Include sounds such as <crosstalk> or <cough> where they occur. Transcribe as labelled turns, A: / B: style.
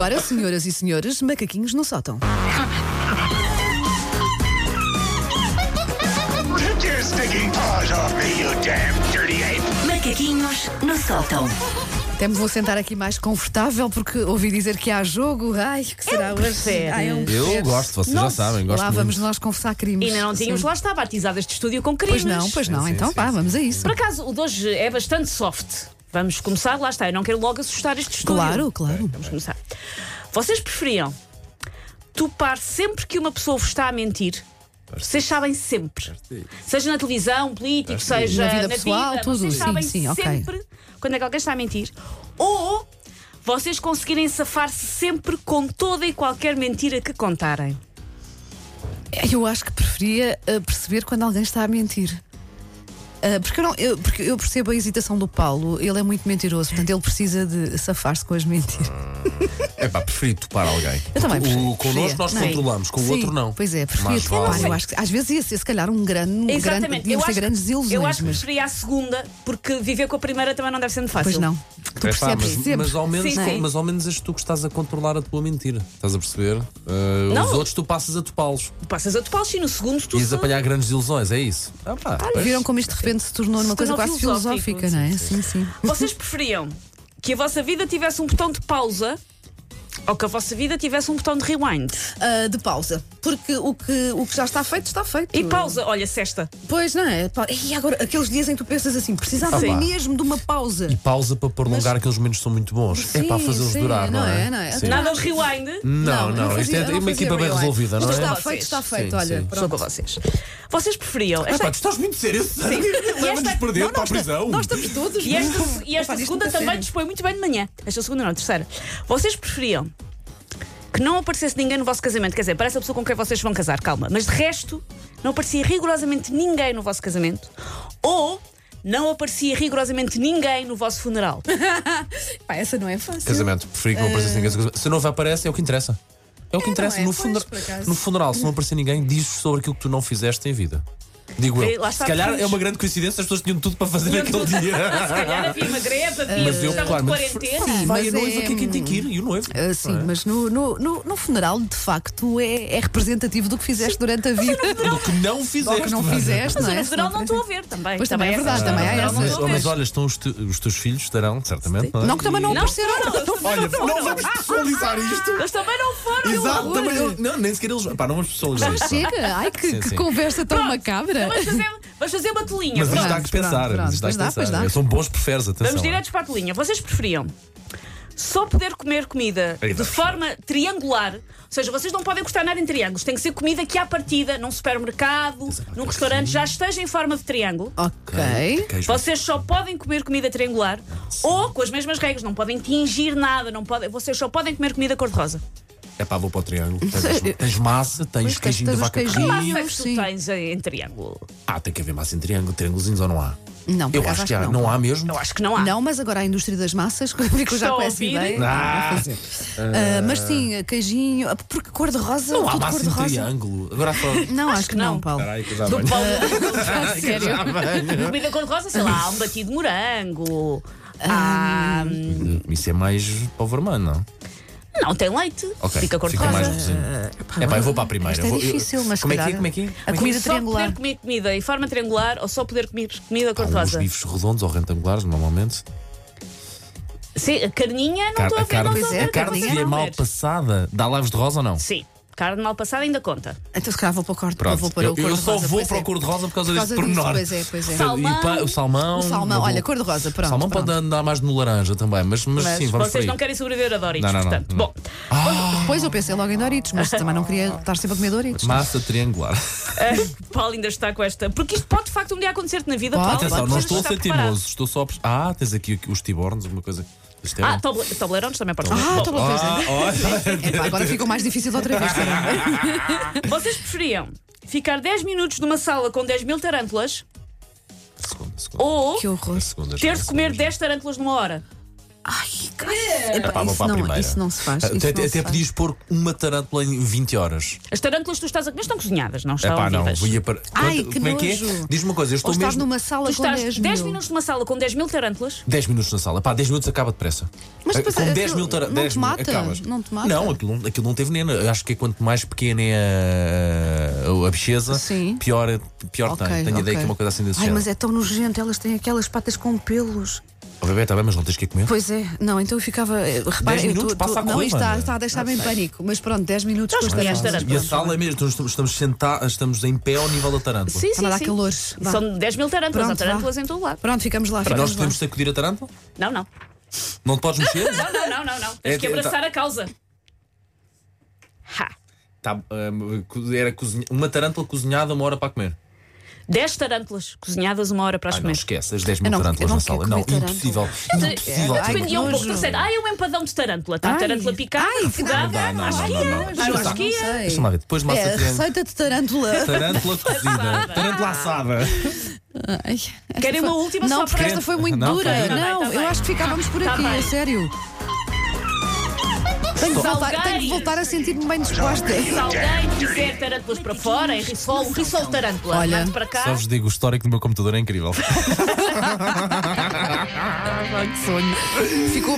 A: Agora, senhoras e senhores, macaquinhos no sótão.
B: Take your stinking paws off me, you damn dirty ape!
C: Macaquinhos no sótão.
A: Até me vou sentar aqui mais confortável porque ouvi dizer que há jogo. Ai, que será hoje?
D: prazer.
A: Ai, é um
E: Eu
A: prazer.
E: gosto, vocês já sabem, gosto
A: Lá vamos
E: muito.
A: nós confessar crimes.
D: Ainda não tínhamos
A: Sim.
D: lá está batizado este estúdio com crimes.
A: Pois não, pois não.
E: Sim, sim,
A: então,
E: sim,
A: pá,
E: sim.
A: vamos a isso.
D: Por acaso, o de hoje é bastante soft. Vamos começar, lá está. Eu não quero logo assustar este estúdio.
A: Claro, claro.
D: Vamos começar. Vocês preferiam topar sempre que uma pessoa vos está a mentir? Vocês sabem sempre. Seja na televisão, político, seja
A: Na vida pessoal,
D: vida,
A: tudo.
D: Vocês
A: Sim,
D: sabem
A: sim, ok.
D: sempre quando é que alguém está a mentir. Ou vocês conseguirem safar-se sempre com toda e qualquer mentira que contarem.
E: É,
A: Eu acho que preferia uh, perceber quando alguém está a mentir. Uh, porque, eu não- eu, porque eu percebo a hesitação do Paulo, ele é muito mentiroso, portanto ele precisa de safar-se com as mentiras.
E: É pá, preferi topar alguém.
A: Eu também
E: O-
A: prefiro,
E: O, connosco
A: preferia.
E: nós
A: Não é?
E: controlamos, com o
A: Sim,
E: outro não.
A: Pois é, preferia
E: Mas
A: topar.
E: vale.
A: Eu acho que às vezes ia ser, se calhar, um grande. um grande
D: Exatamente.
A: podíamos ter grandes ilusões.
D: eu acho que
A: mas-
D: preferia a segunda, porque viver com a primeira também não deve ser muito fácil.
A: Pois não. Tu
E: É pá,
A: percebes
E: mas,
A: sempre.
E: mas ao menos,
D: Sim, sim.
E: mas ao menos és tu que estás a controlar a tua mentira. Estás a perceber? Uh,
D: Não.
E: Os outros tu passas a topá-los.
D: Tu Passas a topá e no segundo tu
E: Ias
D: só-
E: apanhar grandes ilusões, é isso? Ah, pá, pois.
A: Viram como isto de repente se tornou numa
D: Se
A: coisa
D: tornou
A: quase
D: filosófico,
A: filosófica, não é? Sim, sim.
D: <laughs>
A: <laughs>
D: Vocês preferiam que a vossa vida tivesse um botão de pausa ou que a vossa vida tivesse um botão de rewind?
F: Ah, de pausa. Porque o que, o que já está feito, está feito.
D: E pausa, olha, sexta.
F: Pois, não é? Pa- E agora, aqueles dias em que tu pensas assim, precisava
E: Sim.
F: mesmo de uma pausa.
E: Pausa para prolongar aqueles momentos que são muito bons. é para
F: Sim,
E: fazê-los
F: sim,
E: durar, não,
F: não
E: é?
F: é, não é?
E: Sim.
D: Nada de rewind.
E: Não,
F: Não,
E: não,
F: não
E: Isto
F: fazia-
E: é
F: não
E: uma
F: fazia
E: equipa bem
F: rewind.
E: resolvida, não
F: Isto
E: é?
F: está
D: Vocês.
F: feito, está feito,
E: Sim,
F: olha.
E: sim.
F: pronto.
D: Estou com vocês. Vocês preferiam.
E: É
D: Esta,
E: pá, tu estás muito sério, sério?
D: esta-
E: Leva-nos perder para a prisão.
F: Nós estamos todos.
D: e esta, e esta segunda também dispõe muito bem de manhã. Esta segunda não, a terceira. Vocês preferiam que não aparecesse ninguém no vosso casamento? Quer dizer, parece a pessoa com quem vocês vão casar, calma. Mas de resto, não aparecia rigorosamente ninguém no vosso casamento? Ou não aparecia rigorosamente ninguém no vosso funeral?
F: Pá, essa não é fácil.
E: Casamento, preferi que não aparecesse ninguém. no
D: Eh.
E: casamento. Se não aparece, é o que interessa. É o que
F: É,
E: interessa.
F: não é?
E: No,
F: Pois,
E: funer-
F: por acaso.
E: no funeral, se não aparecer ninguém, diz sobre aquilo que tu não fizeste em vida. Digo
D: Eh,
E: eu.
D: lá
E: Se
D: está,
E: calhar
D: pois.
E: é uma grande coincidência, as pessoas tinham tudo para fazer
D: Tinham
E: aquele
D: tudo. <laughs>
E: dia.
D: Se calhar havia uma greve, havia
E: Mas eu,
D: estava
E: claro,
D: de
E: mas
D: quarentena.
A: Sim,
E: Vai,
A: mas
E: a noiva,
A: é-
E: que é quem tem que ir? E o noivo?
A: Ah, sim, mas no, no, no, no funeral, de facto, é, é representativo do que fizeste durante a vida.
E: Do que não
A: Ou
E: fizeste.
A: que não
E: vai.
A: fizeste,
D: Mas
A: não
D: eu
A: é?
D: no funeral não
A: Senão-
D: estou a ver também.
A: Pois também é verdade,
D: essa.
A: também há
D: No funeral
A: essa.
D: não
E: Mas, oh,
D: estou a ver.
E: mas olha, estão os, te- os teus filhos, estarão, certamente. Não, é?
A: Não, que também não
D: Não,
A: apareceram.
D: não, não, eles
E: Olha,
D: também não Ah,
E: não
D: foram.
E: vamos pessoalizar isto.
D: Eles também não foram.
E: Exato, também
D: ah,
E: não- não, nem sequer eles. Pá, não vamos pessoalizar isto.
A: Chega! Ai, que,
E: Sim,
A: que
E: sim.
A: conversa tão
D: Pronto,
A: macabra!
D: Vamos fazer, vamos fazer uma telinha.
E: Mas
D: Pronto.
E: isto dá que
A: Pronto,
E: pensar.
A: É pronto,
E: mas Isto dá
A: pois dá,
E: que
A: pois dá.
E: pensar. São bons preferes, atenção.
D: Vamos diretos para a telinha. Vocês preferiam só poder comer comida
E: Aí
D: de
E: vamos.
D: forma triangular, ou seja, vocês não podem cortar nada em triângulos, tem que ser comida que à partida, num supermercado, num restaurante, já esteja em forma de triângulo.
A: Ah, Ok.
E: Queijo.
D: Vocês só podem comer comida triangular ou com as mesmas regras, não podem tingir nada, não podem, vocês só podem comer comida cor-de-rosa.
E: É pá, vou para o triângulo. Tens, tens massa, tens
A: Pois,
E: queijinho de
A: tens os
E: vaca
A: queijinhos.
E: cozido.
A: Eu,
D: Mas tu
A: sim.
D: tens em em triângulo.
E: Ah, tem que haver massa em triângulo, triângulozinhos ou não há?
A: Não, por
E: Eu
A: acaso
E: acho que há.
A: não.
E: Não, há mesmo?
D: Eu acho que não há.
A: Não, mas agora a indústria das massas, <laughs> é que ficou já
D: Estou
A: com
D: a
A: essa
D: ouvir.
A: ideia.
E: Ah.
A: vai fazer. Ah, mas sim, queijinho, ah, porque cor-de-rosa,
E: Não Então há
A: tudo
E: massa em
A: cor-de-rosa.
E: triângulo. Agora só.
A: Não, acho que não,
D: não.
A: Paulo.
E: Peraí, que eu já
D: Do
E: venho.
D: pão,
A: <laughs> Ah, sério.
E: <laughs> Já venho.
D: comida cor-de-rosa, sei lá, há um batido de morango. há, hum,
E: Isso é mais para o vermelho, não?
D: Não, tem leite. Fica
E: Ok. Fica mais
D: cor-de-rosa.
E: reduzido.
A: Eh,
E: É pá, eu vou para a primeira.
A: Isto é
E: Eu vou- eu-
A: difícil, mas
E: Como é
A: se
E: que é?
A: calhar-
E: Como é que é?
A: A comida
D: Só poder
A: triangular.
D: comer comida em forma triangular ou só poder comer comida
E: Há uns
D: cor-de-rosa?
E: bifes redondos ou retangulares, normalmente.
D: Sim, a carninha não
E: Car-
D: estou a
E: a
D: ver, não
E: carne,
D: estou a
A: Pois
D: ver.
E: a
A: é,
E: carne
D: vocês
E: se é
D: não
E: mal
D: ver.
E: passada, dá laves de rosa ou não?
D: Sim, carne mal passada ainda conta.
A: Então se calhar vou para o cor-de-rosa.
E: Pronto.
A: vou para
E: eu,
A: o cor-de-rosa,
E: eu só vou
A: pois
E: para
A: é.
E: o cor-de-rosa por causa
A: Por
E: deste
A: causa disso,
E: pormenor.
A: pois é, pois é.
E: Sal- e
D: Salmão.
E: pa- o salmão.
A: O salmão,
E: uma
A: olha,
E: um boa-
A: cor-de-rosa, pronto.
E: salmão
A: pronto.
E: pode andar mais no laranja também, mas, mas,
D: Mas
E: sim, vamos por
D: vocês
E: aí.
D: não querem sobreviver a Doritos,
E: Não, não, não.
D: portanto.
E: Não.
D: Bom,
A: Depois eu pensei logo em Doritos, mas
E: Ah.
A: também não queria estar sempre a comer Doritos.
E: Massa triangular.
D: eh, <laughs> Paulo ainda está com esta. Porque isto pode de facto um dia acontecer-te na vida.
A: Pode,
D: Paulo,
E: Atenção,
A: pode,
E: não
D: precisas
E: estou a
D: estar
E: ser
D: preparado.
E: teimoso, estou só a. pres- Ah, tens aqui aqui os tibornos, uma coisa. Isto é
D: Ah,
E: bom.
D: tobl- toblerones também pode ser.
A: Ah,
D: Bom,
A: estou a
E: Ah, olha.
A: Epá, agora ficou mais difícil de outra
E: <laughs>
A: vez. caramba.
D: <laughs> Vocês preferiam ficar 10 minutos numa sala com 10 mil tarântulas
E: Segunda, segunda.
D: ou
A: que horror.
E: Segunda,
D: ter de
E: segunda,
D: comer
E: segunda.
D: 10 tarântulas numa hora?
A: Ai, caralho. Epá,
E: Pá, vou
A: isso,
E: para a
A: não,
E: primeira.
A: isso não se faz.
E: Até,
A: isso não
E: até
A: se faz.
E: podias pôr uma tarântula em 20 horas.
D: As tarântulas que tu estás a comer estão cozinhadas, não estão
E: Epá, não.
D: vivas.
E: Ia para...
A: Ai,
E: Quanto-
A: que
E: Como é que é?
A: nojo.
E: Diz-me uma coisa, eu
A: Ou
E: estou
A: estar
E: mesmo.
A: numa sala
D: Tu
A: com
D: estás
A: 10 mil.
D: 10 minutos numa sala com 10 mil tarântulas,
E: 10 minutos na sala. Pá, 10 minutos acaba depressa. Eh,
A: Mas depois é
E: com
A: aquilo
E: 10 mil tara-
A: não te
E: 10 mil
A: mata?
E: acabas.
A: Não te mata?
E: Não, aquilo, aquilo não tem veneno. Eu acho que quanto mais pequena é a, a bicheza,
A: Sim.
E: pior, é, pior
A: Ok,
E: tem. Tenho a ideia
A: ok.
E: que é uma coisa assim desse
A: Ai,
E: género.
A: mas é tão nojento, elas têm aquelas patas com pelos.
E: O bebê está tá bem, mas não tens que ir comer.
A: Pois é, não, então eu ficava. eh, Repara, eu
E: minutos,
A: tô-
E: passa
A: tô-
E: a
A: não,
E: correr,
A: isto está,
E: Wanda.
A: está a deixar-me em pânico. Mas pronto, 10 minutos
D: Já os
A: com as
D: conheces,
A: tarântulas.
E: E a sala é mesmo, estamos, estamos sentados, estamos em pé ao nível da tarântula.
D: Sim,
A: Está a dar calores. Vá.
D: São 10 mil tarântulas,
A: Pronto,
D: há tarântulas
A: vá.
D: em todo lado.
A: Pronto, ficamos lá.
E: E
A: Ficamos
E: nós
A: lá.
E: podemos sacudir a tarântula?
D: Não, não.
E: Não te podes mexer?
A: <laughs>
D: Não, não, não, não, não.
E: É,
D: Tens que
E: é, tá.
D: abraçar a causa. Ha.
E: Tá, hum, co- era cozinha- uma tarântula cozinhada uma hora para comer.
D: 10 tarântulas cozinhadas uma hora para as
E: Ah, não
D: comer.
E: esquece, as 10 mil
A: Eu não- eu
E: tarântulas
A: não
E: na
A: quero
E: sala.
A: comer
E: Não,
A: tarântula.
E: impossível. Impossível.
A: Ai,
E: ter uma-
D: Dependia um
A: nojo.
D: pouco do sede. Ah, é um empadão de tarântula. Está a
A: Ai.
D: tarântula picada,
A: Ai, que
D: refogada,
E: não,
D: à
E: não, não, não.
D: esquia, à
A: Ai, eu acho que não
D: rosquia.
A: sei.
E: Deixa-me lá ver. Depois massa
A: É,
E: triângulo.
A: receita de tarântula.
E: <laughs> Tarântula cozida. Tarântula assada.
A: Ai,
D: Querem
A: esta foi-
D: uma última
A: Não,
D: só
A: porque
D: para-
A: esta foi muito
E: Não,
A: dura.
E: foi.
D: Tá
A: não,
D: bem, tá
A: eu
D: bem.
A: acho que ficávamos por
D: Tá
A: aqui,
D: bem.
A: a sério. Tenho que, voltar, tenho que
D: Salgueiros.
A: voltar a sentir-me bem disposta.
D: Se alguém quiser tarântulas para fora, em risol, um risol de tarântula.
A: Olha.
D: Mande para cá.
E: Só vos digo, o histórico do meu computador é incrível.
A: Ficou